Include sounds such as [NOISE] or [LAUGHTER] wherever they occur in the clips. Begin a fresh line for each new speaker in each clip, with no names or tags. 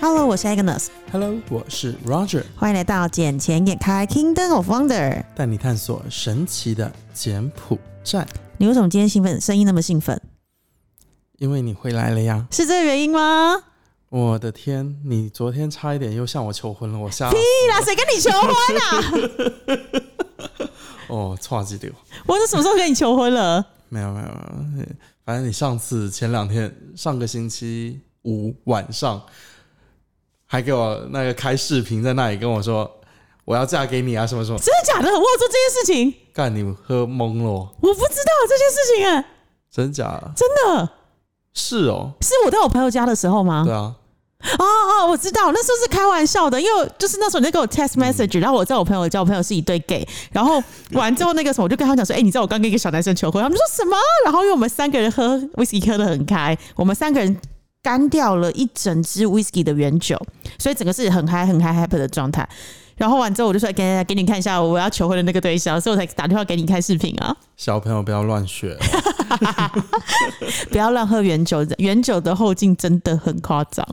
Hello，我是 Agnes，
Hello，我是 Roger，
欢迎来到捡钱眼开 Kingdom of Wonder。
带你探索神奇的柬埔寨，
你为什么今天兴奋，声音那么兴奋？
因为你回来了呀！
是这个原因吗？
我的天，你昨天差一点又向我求婚了，我吓
对啦，谁跟你求婚啊？
哦，差几丢，
我是什么时候跟你求婚了？
没有没有没有，反正你上次前两天上个星期五晚上还给我那个开视频在那里跟我说我要嫁给你啊什么什么，
真的假的？我有做这件事情，
干你喝懵了哦，
我不知道这件事情哎、
真假的？
真的
是哦，
是我在我朋友家的时候吗
对？啊，
哦哦，我知道，那时候是开玩笑的，因为就是那时候你在给我 text message，、然后我在我朋友家，我朋友是一对 gay，然后完之后那个什么，我就跟他们讲说，哎、你知道我刚跟一个小男生求婚，他们说什么？然后因为我们三个人喝 whisky 喝的很开，我们三个人干掉了一整支 whisky 的原酒，所以整个是很嗨很嗨 happy 的状态。然后完之后我就说，哎给给你看一下我要求婚的那个对象，所以我才打电话给你看视频啊，
小朋友不要乱学、哦。
不要乱喝原酒，原酒的后劲真的很夸张。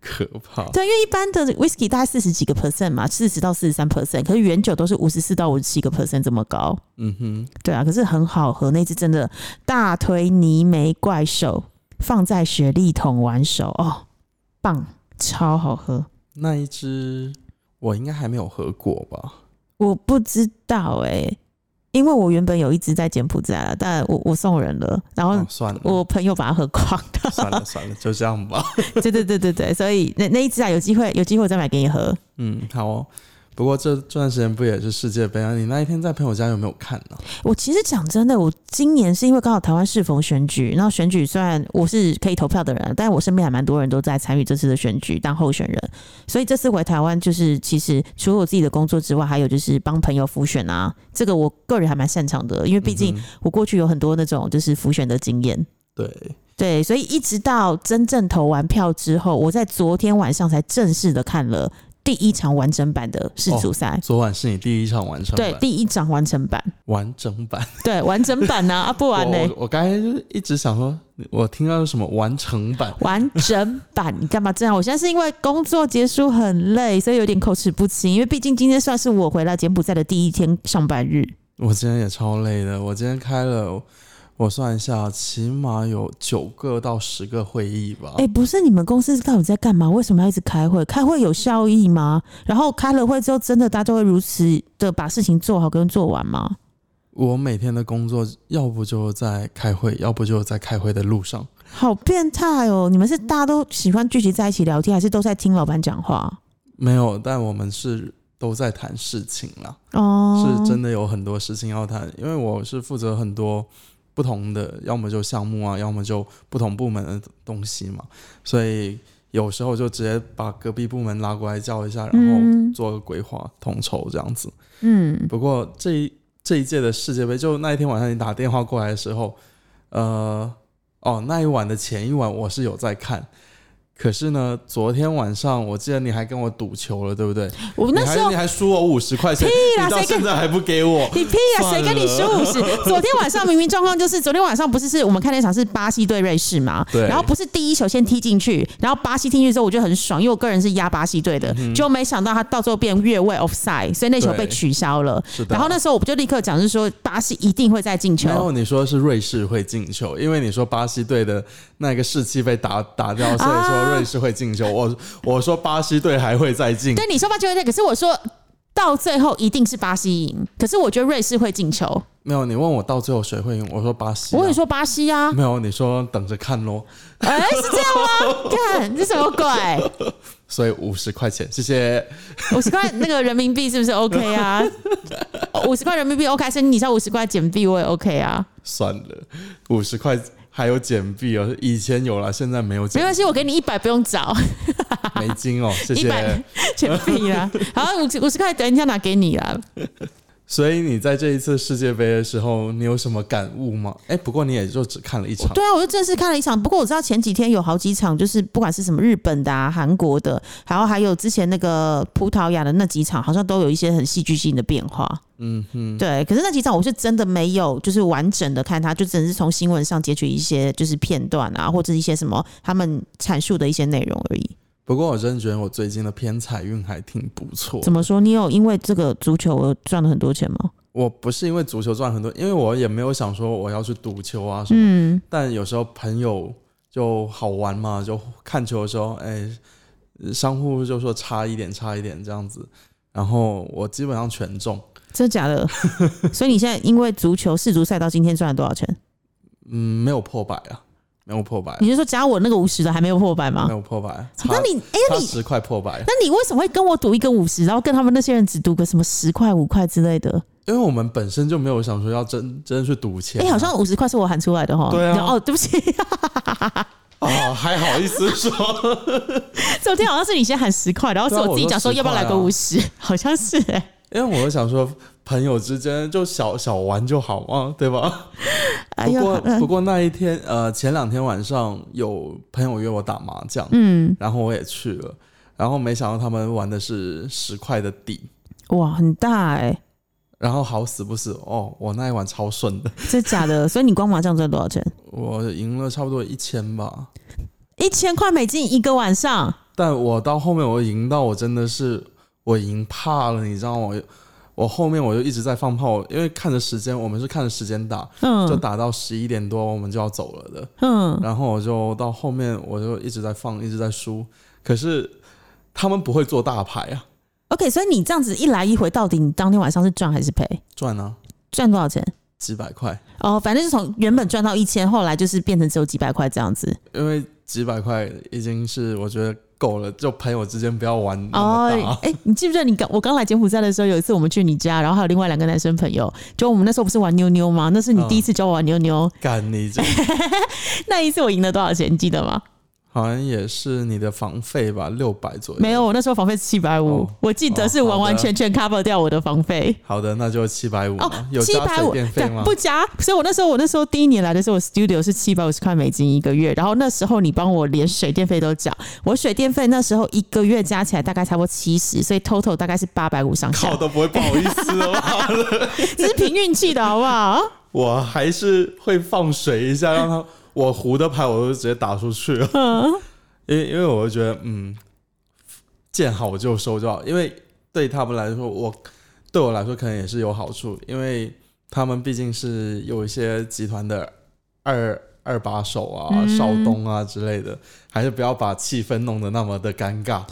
可怕，
对，因为一般的 whisky 大概四十几个 percent 嘛，四十到四十三 percent，可是原酒都是五十四到五十七个 percent 这么高。
嗯哼，
对啊，可是很好喝，那支真的大推泥煤怪兽放在雪莉桶玩手哦，棒，超好喝。
那一只我应该还没有喝过吧？
我不知道哎、因为我原本有一支在柬埔寨了，但我我送人了，然后
哦，算了，
啊我朋友把它喝光了。 [LAUGHS]
算了算了，就这样吧。
对对对对对，所以那那一支啊，有机会有机会我再买给你喝。
嗯，好哦。不过这这段时间不也是世界杯啊？你那一天在朋友家有没有看呢、
我其实讲真的，我今年是因为刚好台湾适逢选举，然后选举虽然我是可以投票的人，但我身边还蛮多人都在参与这次的选举当候选人，所以这次回台湾就是其实除了我自己的工作之外，还有就是帮朋友浮选啊，这个我个人还蛮擅长的，因为毕竟
嗯哼
我过去有很多那种就是浮选的经验。
对，
对，所以一直到真正投完票之后，我在昨天晚上才正式的看了第一场完整版的世足赛，
昨晚是你第一场完成哦版，
对，第一场完成版，
完整版。
对，完整版呐、啊，不
我
然呢？
我我刚才就一直想说，我听到什么完成版？
完整版，你干嘛这样？我现在是因为工作结束很累，所以有点口齿不清。因为毕竟今天算是我回来柬埔寨的第一天上班日，
我今天也超累的，我今天开了。我算一下，起码有九个到十个会议吧。
哎、不是你们公司到底在干嘛？为什么要一直开会？开会有效益吗？然后开了会之后，真的大家会如此的把事情做好跟做完吗？
我每天的工作，要不就在开会，要不就在开会的路上。
好变态哦！你们是大家都喜欢聚集在一起聊天，还是都在听老板讲话？
没有，但我们是都在谈事情啦，
哦，
是真的有很多事情要谈。因为我是负责很多不同的，要么就项目啊，要么就不同部门的东西嘛，所以有时候就直接把隔壁部门拉过来叫一下，然
嗯
后做个规划、统筹这样子。
嗯，
不过这一这一届的世界杯，就那一天晚上你打电话过来的时候，呃，哦，那一晚的前一晚我是有在看，可是呢，昨天晚上我记得你还跟我赌球了，对不对？
我那时
你还
候
你还输我五十块钱，
啦
你到
谁跟
现在还不
[LAUGHS]
给我，
你屁啊！谁跟你
算
输
了 [LAUGHS]
五十？昨天晚上明明状况就是，昨天晚上不是是我们看那场是巴西对瑞士嘛？
对
然后不是第一球先踢进去，然后巴西踢进去之后，我就很爽，因为我个人是压巴西队的，
嗯
结果没想到他到最后变越位 offside，所以那球被
对
取消了。
是的。
然后那？时候我不就立刻讲，是说巴西一定会再进
然
球。
后你说是瑞士会进球，因为你说巴西队的那个士气被打打掉，所以说
啊
瑞士会进球。我我说巴西队还会再进，
对，你说吧，就会对，可是我说到最后一定是巴西赢，可是我觉得瑞士会进球。
没有，你问我到最后谁会赢，我说巴西、啊。
我也说巴西啊，
没有，你说等着看咯，
哎、是这样
[LAUGHS]
吗？看这什么鬼？
所以五十块钱，谢谢。
五十块那个人民币是不是 OK 啊？五十块人民币 OK，所以你知道五十块减币我也 OK 啊，
算了，五十块还有减币哦，以前有了，现在没有
没
减
关系，我给你一百不用找， [LAUGHS]
美金哦，谢
一百
谢。
减币啦。好，五十五十块等一下拿给你啦。
所以你在这一次世界杯的时候，你有什么感悟吗？哎，不过你也就只看了一场，
对啊，我就正式看了一场，不过我知道前几天有好几场，就是不管是什么日本的、啊、韩国的，然后还有之前那个葡萄牙的那几场，好像都有一些很戏剧性的变化。
嗯哼，
对，可是那几场我是真的没有，就是完整的看它，就只是从新闻上截取一些就是片段啊，或者一些什么他们阐述的一些内容而已。
不过我真的觉得我最近的偏财运还挺不错。
怎么说？你有因为这个足球而赚了很多钱
[LAUGHS]
吗？
我不是因为足球赚很多，因为我也没有想说我要去赌球啊什么。
嗯，
但有时候朋友就好玩嘛，就看球的时候，哎，相互就说差一点，差一点这样子。然后我基本上全中，
真的假的？所以你现在因为足球世足赛到今天赚了多少钱？
嗯，没有破百啊，没有破百啊，
你是说加我那个五十的还没有破百吗
没？有破百啊，差
嗯那你哎、
差
那你
十块破百啊，
[LAUGHS] 那你为什么会跟我赌一个五十，然后跟他们那些人只赌个什么十块、五块之类的？
因为我们本身就没有想说要真真的去赌钱
哎、
啊、
好像五十块是我喊出来的哈。
对啊
然后哦， [LAUGHS] 对不起，
啊，还好意思说，
[LAUGHS] 昨天好像是你先喊十块，然后是
对啊
我自己讲说
我说
要不要来个五十、好像是哎、
因为我想说朋友之间就小小玩就好嘛，对吧？
哎
不
呦，
过
好了
不过那一天呃前两天晚上有朋友约我打麻将，
嗯，
然后我也去了，然后没想到他们玩的是十块的底，
哇，很大哎、
然后好死不死哦，我那一晚超顺的，
真假的？所以你光麻将赚多少钱？
我赢了差不多一千吧，
[LAUGHS] 一千块美金一个晚上，
但我到后面我赢到我真的是我赢怕了，你知道吗？我我后面我就一直在放炮，因为看着时间，我们是看着时间打，就
嗯
打到十一点多我们就要走了的。
嗯，
然后我就到后面我就一直在放，一直在输，可是他们不会做大牌啊，
OK，所以你这样子一来一回，到底你当天晚上是赚还是赔？
赚啊
赚多少钱？
几百块，
哦，反正是从原本赚到一千，后来就是变成只有几百块这样子。
因为几百块已经是我觉得够了，就朋友之间不要玩那
哦
么大。，
哎、你记不记得你刚我刚来柬埔寨的时候，有一次我们去你家，然后还有另外两个男生朋友，就我们那时候不是玩妞妞吗？那是你
嗯
第一次教我玩妞妞，
干你这
那一次我赢了多少钱？你记得吗？
好像也是你的房费吧，六百左右。
没有，我那时候房费是七百五
哦，
我记得是完完全全 cover 掉我的房费。
好的，那就七百五
哦，
有
七
加
百
水
五
电费吗？
不加，所以我那时候我那时候第一年来的时候，我 studio 是七百五十块美金一个月，然后那时候你帮我连水电费都缴，我水电费那时候一个月加起来大概差不多七十，所以 total 大概是八百五上下
靠，，都不会不好意思
[LAUGHS]
了吧？
只是凭运气的好不好？
我还是会放水一下，让他我胡的牌我都直接打出去了，
嗯
[LAUGHS] 因为因为我就觉得嗯，见好就收就好，因为对他们来说，我对我来说可能也是有好处，因为他们毕竟是有一些集团的二二把手啊、
嗯
少东啊之类的，还是不要把气氛弄得那么的尴尬，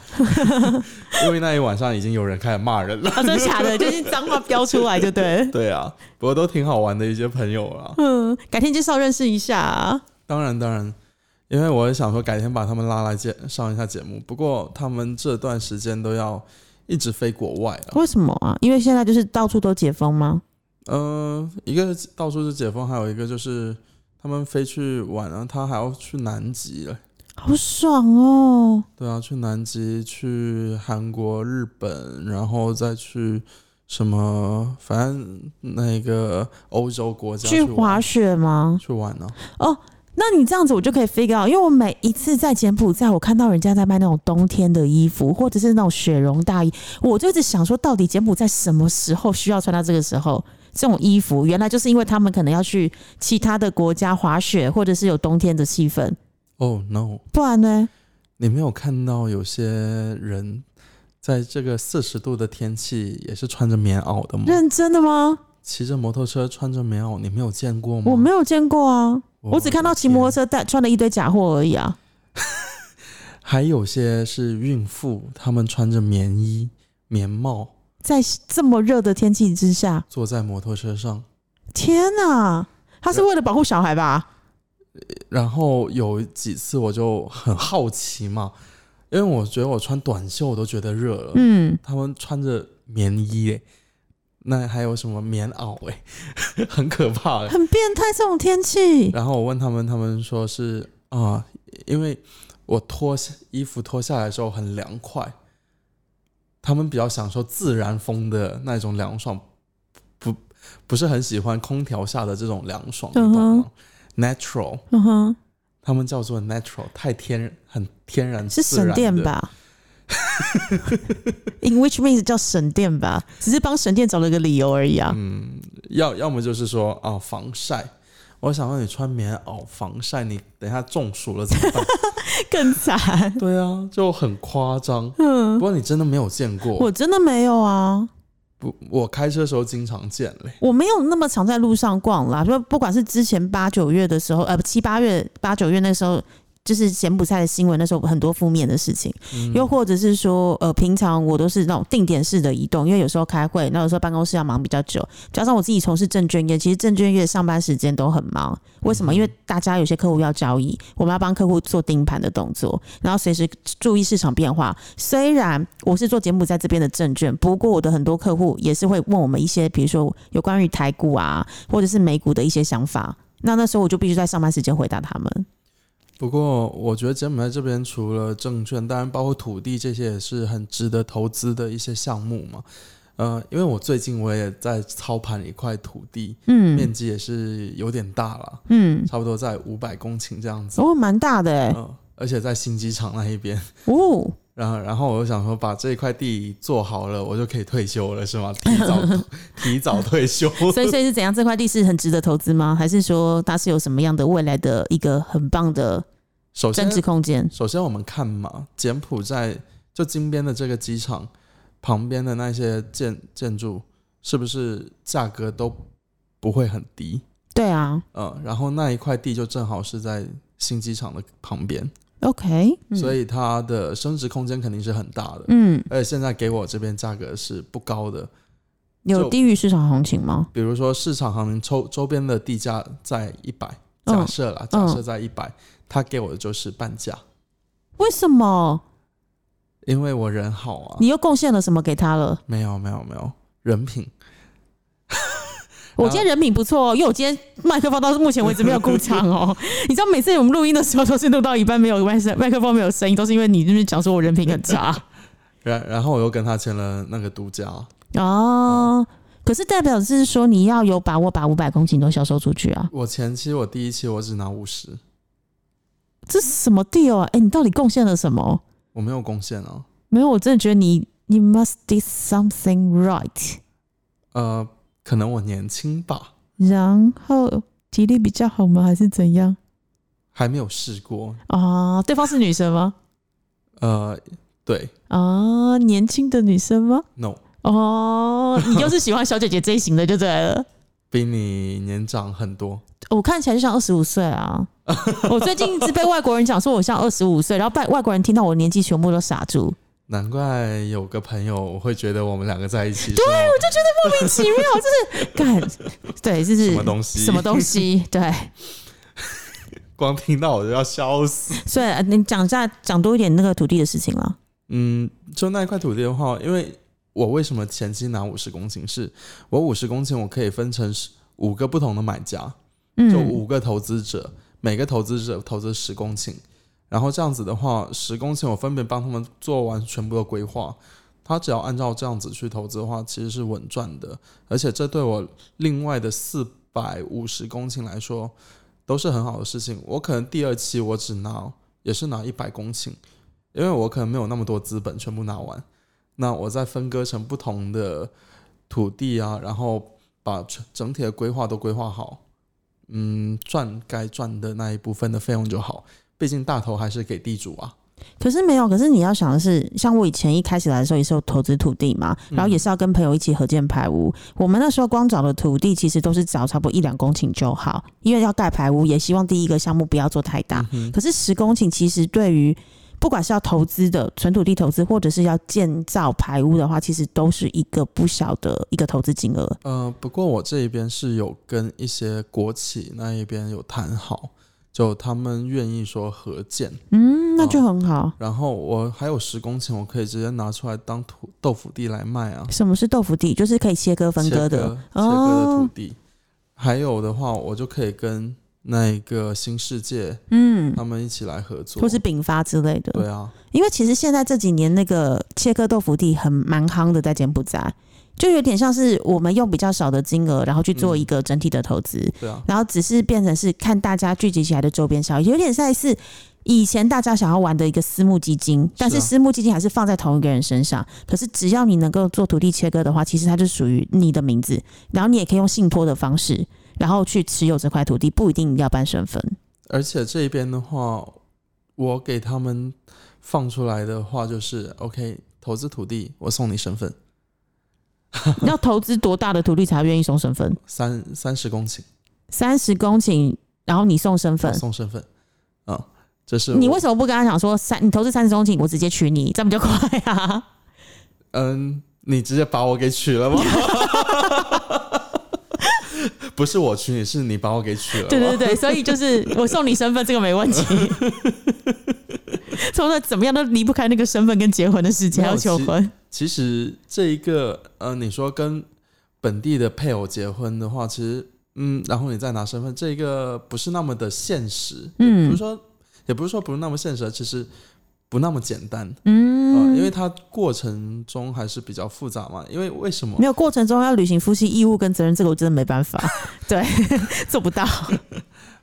[LAUGHS] 因为那一晚上已经有人开始骂
[LAUGHS]
人了。 [LAUGHS]
啊，真的假的？就是脏话飙出来就对了。 [LAUGHS]
对啊，不过都挺好玩的一些朋友啊。
嗯，改天介绍认识一下、啊。
当然，当然，因为我也想说改天把他们拉来节上一下节目，不过他们这段时间都要一直飞国外啊。
为什么啊？因为现在就是到处都解封吗？
嗯、一个是到处是解封，还有一个就是他们飞去玩啊，他还要去南极了。
好爽哦！
对啊，去南极，去韩国、日本，然后再去什么，反正那个欧洲国家
去
玩
滑雪吗？
去玩呢、
哦，那你这样子我就可以 figure out，因为我每一次在柬埔寨，我看到人家在卖那种冬天的衣服，或者是那种雪绒大衣，我就一直想说，到底柬埔寨什么时候需要穿到这个时候这种衣服？原来就是因为他们可能要去其他的国家滑雪，或者是有冬天的气氛，
Oh no！
不然呢？
你没有看到有些人在这个四十度的天气也是穿着棉袄的吗？
认真的吗？
骑着摩托车穿着棉袄，你没有见过吗？
我没有见过啊，我只看到骑摩托
车。
车带穿了一堆假货而已啊。
还有些是孕妇，她们穿着棉衣、棉帽，
在这么热的天气之下，
坐在摩托车上。
天哪、他是为了保护小孩吧？
然后有几次我就很好奇嘛，因为我觉得我穿短袖我都觉得热了，
嗯，
他们穿着棉衣、欸，那还有什么棉袄、欸， [LAUGHS] 很可怕、欸。
很变态这种天气。
然后我问他们，他们说是啊、因为我脱下衣服脱下来的时候很凉快，他们比较享受自然风的那种凉爽，不不是很喜欢空调下的这种凉爽，你懂
嗯
吗？Natural，
嗯哼，
他们叫做 natural，太天然，很天然，
是
自然
省电
的？
吧 [LAUGHS] ？In which means 叫省电吧，只是帮省电找了个理由而已啊。
嗯，要要么就是说啊、防晒。我想问你穿棉袄防晒，你等一下中暑了怎么办？ [LAUGHS]
更惨。
对啊，就很夸张。不
嗯，
过你真的没有见过
我，真的没有啊，
不，我开车的时候经常见嘞。
我没有那么常在路上逛啦。就不管是之前八九月的时候，呃，七八月、八九月那时候，就是柬埔寨的新闻，那时候很多负面的事情。
嗯
又或者是说，呃，平常我都是那种定点式的移动，因为有时候开会，那有时候办公室要忙比较久，加上我自己从事证券业，其实证券业上班时间都很忙。为什么？因为大家有些客户要交易，我们要帮客户做盯盘的动作，然后随时注意市场变化。虽然我是做柬埔寨这边的证券，不过我的很多客户也是会问我们一些，比如说有关于台股啊，或者是美股的一些想法。那那时候我就必须在上班时间回答他们。
不过，我觉得柬埔寨这边除了证券，当然包括土地这些也是很值得投资的一些项目嘛。呃，因为我最近我也在操盘一块土地，面
嗯
积也是有点大了，
嗯，
差不多在五百公顷这样子。
哦，蛮大的哎、
嗯、而且在新机场那一边。
哦。
然后，然后我就想说，把这一块地做好了，我就可以退休了，是吗？提早 [LAUGHS] 提早退休。
[LAUGHS] 哦所以，所以是怎样？这块地是很值得投资吗？还是说它是有什么样的未来的一个很棒的
首先
增，值空间？
首先我们看嘛，柬埔寨就金边的这个机场旁边的那些建建筑，是不是价格都不会很低？
对啊
嗯，然后那一块地就正好是在新机场的旁边，
，OK，嗯、
所以它的升值空间肯定是很大的。
嗯，
而且现在给我这边价格是不高的，
有低于市场行情吗？
比如说市场行情周周边的地价在一百，
嗯
假设啦，假设在一百，他给我的就是半价，
为什么？
因为我人好啊
你。又贡献了什么给他了？
没有没有没有，人品
我今天人品不错哦，因为我今天麦克风到目前为止没有故障 [LAUGHS] 哦。你知道每次我们录音的时候都是录到一半没有麦声，麦克风没有声音，都是因为你那边讲说我人品很 [LAUGHS] 差
然然后我又跟他签了那个独家，
哦。可是代表是说你要有把握把五百公顷都销售出去啊？
我前期我第一期我只拿五十，
这是什么地哦？哎、你到底贡献了什么？
我没有贡献啊。
没有，我真的觉得你你 must did something right。
呃，可能我年轻吧，
然后体力比较好吗？还是怎样
还没有试过。
啊？对方是女生吗？
呃，对
啊，年轻的女生吗？
，no，
哦，你就是喜欢小姐姐这一型的就对了。
比你年长很多。
[LAUGHS] 我看起来就像二十五岁 [LAUGHS] 啊！我最近一直被外国人讲说我像二十五岁，然后外外国人听到我年纪全部都傻住，
难怪有个朋友会觉得我们两个在一起，对，我就
莫名其妙，就是 [LAUGHS] 干，对，就是
什么东西
什么东西，对。
[LAUGHS] 光听到我就要笑死。
所以呃你讲一下，讲多一点那个土地的事情了。
嗯，就那一块土地的话，因为我为什么前期拿五十公顷是，我五十公顷我可以分成10五个不同的买家，
嗯，
就五个投资者，每个投资者投资十公顷，然后这样子的话，十公顷我分别帮他们做完全部的规划。他只要按照这样子去投资的话，其实是稳赚的，而且这对我另外的四百五十公顷来说都是很好的事情。我可能第二期我只拿也是拿一百公顷，因为我可能没有那么多资本全部拿完，那我再分割成不同的土地啊，然后把整整体的规划都规划好，嗯，赚该赚的那一部分的费用就好。毕竟大头还是给地主啊，
可是没有，可是你要想的是，像我以前一开始来的时候也是有投资土地嘛，
嗯
然后也是要跟朋友一起合建排屋。我们那时候光找的土地其实都是找差不多一两公顷就好，因为要盖排屋，也希望第一个项目不要做太大。
嗯哼
可是十公顷其实对于不管是要投资的纯土地投资，或者是要建造排屋的话，其实都是一个不小的一个投资金额。
呃，不过我这一边是有跟一些国企那一边有谈好，就他们愿意说合建，
嗯，那就很好。
然后我还有十公顷，我可以直接拿出来当土豆腐地来卖啊。
什么是豆腐地？就是可以切割分割的
切割切割的土
哦。
地。还有的话，我就可以跟那个新世界
嗯，
他们一起来合作，
或是丙发之类的。
对啊，
因为其实现在这几年那个切割豆腐地很蛮夯的，在柬埔寨，就有点像是我们用比较少的金额，然后去做一个整体的投资，
对啊，
然后只是变成是看大家聚集起来的周边效益，有点像是以前大家想要玩的一个私募基金，但是私募基金还是放在同一个人身上。可是只要你能够做土地切割的话，其实它就属于你的名字，然后你也可以用信托的方式，然后去持有这块土地，不一定要办身份。
而且这边的话，我给他们放出来的话就是，OK，投资土地，我送你身份，
你要投资多大的土地才愿意送身份？
三三十公顷，
三十公顷，然后你送身份
我，送身份，啊、这是
嗯你
我
为什么不跟他讲说三？你投资三十公顷，我直接娶你，这样比较快啊？ [LAUGHS]
嗯，你直接把我给娶了吗？ [LAUGHS] 不是我娶你，是你把我给娶了吗。
对对对，所以 [LAUGHS] 就是我送你身份，这个没问 [LAUGHS] 题。从那怎么样都离不开那个身份跟结婚的事情，还有
没有
求
其
婚。
其实这一个，呃，你说跟本地的配偶结婚的话，其实，嗯，然后你再拿身份，这个不是那么的现实，
嗯
不是说，也不是说不是那么现实，其实不那么简单，
嗯，
呃，因为它过程中还是比较复杂嘛。因为为什么
没？有过程中要履行夫妻义务跟责任，这个我真的没办 [LAUGHS] 法，对，做不到。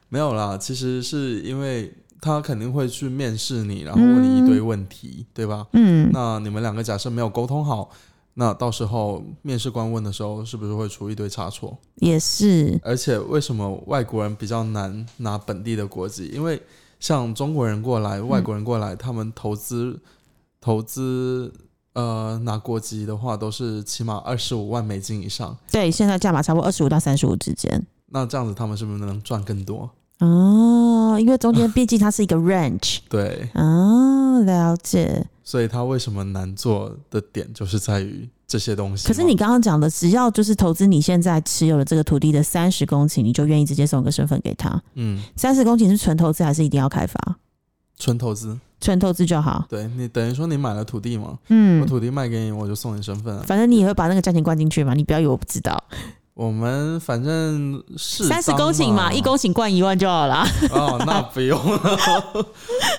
没有啦，其实是因为他肯定会去面试你，然后问你一堆问题，对吧？
嗯，
那你们两个假设没有沟通好，那到时候面试官问的时候，是不是会出一堆差错？
也是，
而且为什么外国人比较难拿本地的国籍？因为像中国人过来、外国人过来，他们投资投资呃拿国籍的话，都是起码二十五万美金以上。
对，现在价码差不多二十五到三十五之间。
那这样子，他们是不是能赚更多？
哦，因为中 [LAUGHS] 间毕竟它是一个 range
对，
哦，了解。
所以他为什么难做的点就是在于这些东西
可
嘛。
是你刚刚讲的，只要就是投资你现在持有的这个土地的三十公顷，你就愿意直接送一个身份给他。
嗯，
三十公顷是纯投资还是一定要开发？
纯投资，
纯投资就好。
对你等于说你买了土地嘛，我
嗯，
土地卖给你，我就送你身份啊。
反正你也会把那个价钱灌进去嘛，你不要以为我不知道。
我们反正是啊
三十公顷嘛，一公顷灌一万就好啦。 [LAUGHS]
[LAUGHS] 哦，那不用了。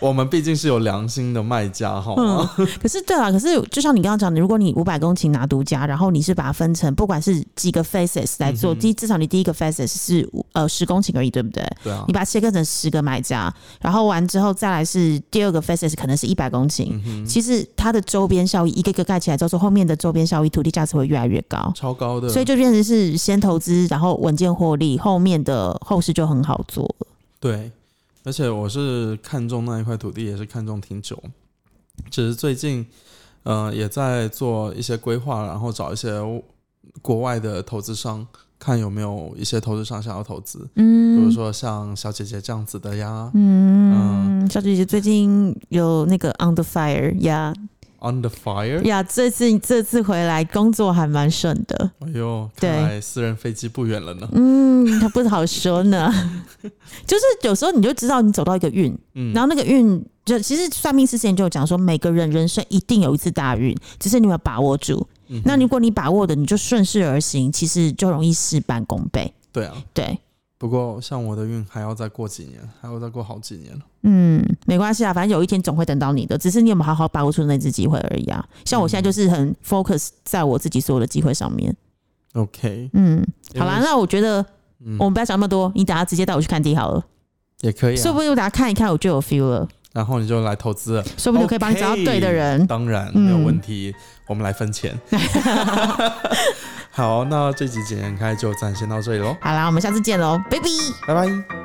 我们毕竟是有良心的卖家，好
嗯
吗？，
可是对啊，可是就像你刚刚讲的，如果你五百公顷拿独家，然后你是把它分成不管是几个 phases 来做，
嗯哼
第、至少你第一个 phases 是五呃十公顷而已，对不对？
[LAUGHS] 对啊
你，把它切割成十个买家，然后完之后再来是第二个 phases 可能是一百公顷，
嗯哼，
其实它的周边效益一个一个盖起来之后，做后面的周边效益土地价值会越来越高。
超高的，
所以就变成是先投资，然后稳健获利，后面的后市就很好做了。
对。而且我是看中那一块土地，也是看中挺久，只是最近呃也在做一些规划，然后找一些国外的投资商，看有没有一些投资商想要投资，比如
嗯
说像小姐姐这样子的呀、
嗯，小姐姐最近有那个 on the fire 呀
o n the Fire，
呀，这次这次回来工作还蛮顺的。
哎呦，
对
看来私人飞机不远了呢。
嗯，他不好说呢， [LAUGHS] 就是有时候你就知道你走到一个运，
嗯，
然后那个运就其实算命师之前就有讲说，每个人人生一定有一次大运，只是你有没有把握住。
嗯哼
那如果你把握的，你就顺势而行，其实就容易事半功倍。
对啊，
对，
不过像我的运还要再过几年，还要再过好几年了。
嗯，没关系啊，反正有一天总会等到你的，只是你有没有好好把握住那次机会而已啊。像我现在就是很 focus 在我自己所有的机会上面。
OK，
嗯，
因为
好啦，那我觉得
嗯
我，们不要想那么多，你等下直接带我去看地好了，
也可以、
说
啊，
不定我等下看一看我就有 feel 了，
然后你就来投资了，
说不定我可以帮你找到对的人。
当然
嗯
没有问题，我们来分 [LAUGHS] 钱。好，那这集简言开就暂时先到这里喽，
好啦，我们下次见喽，拜拜。
拜拜。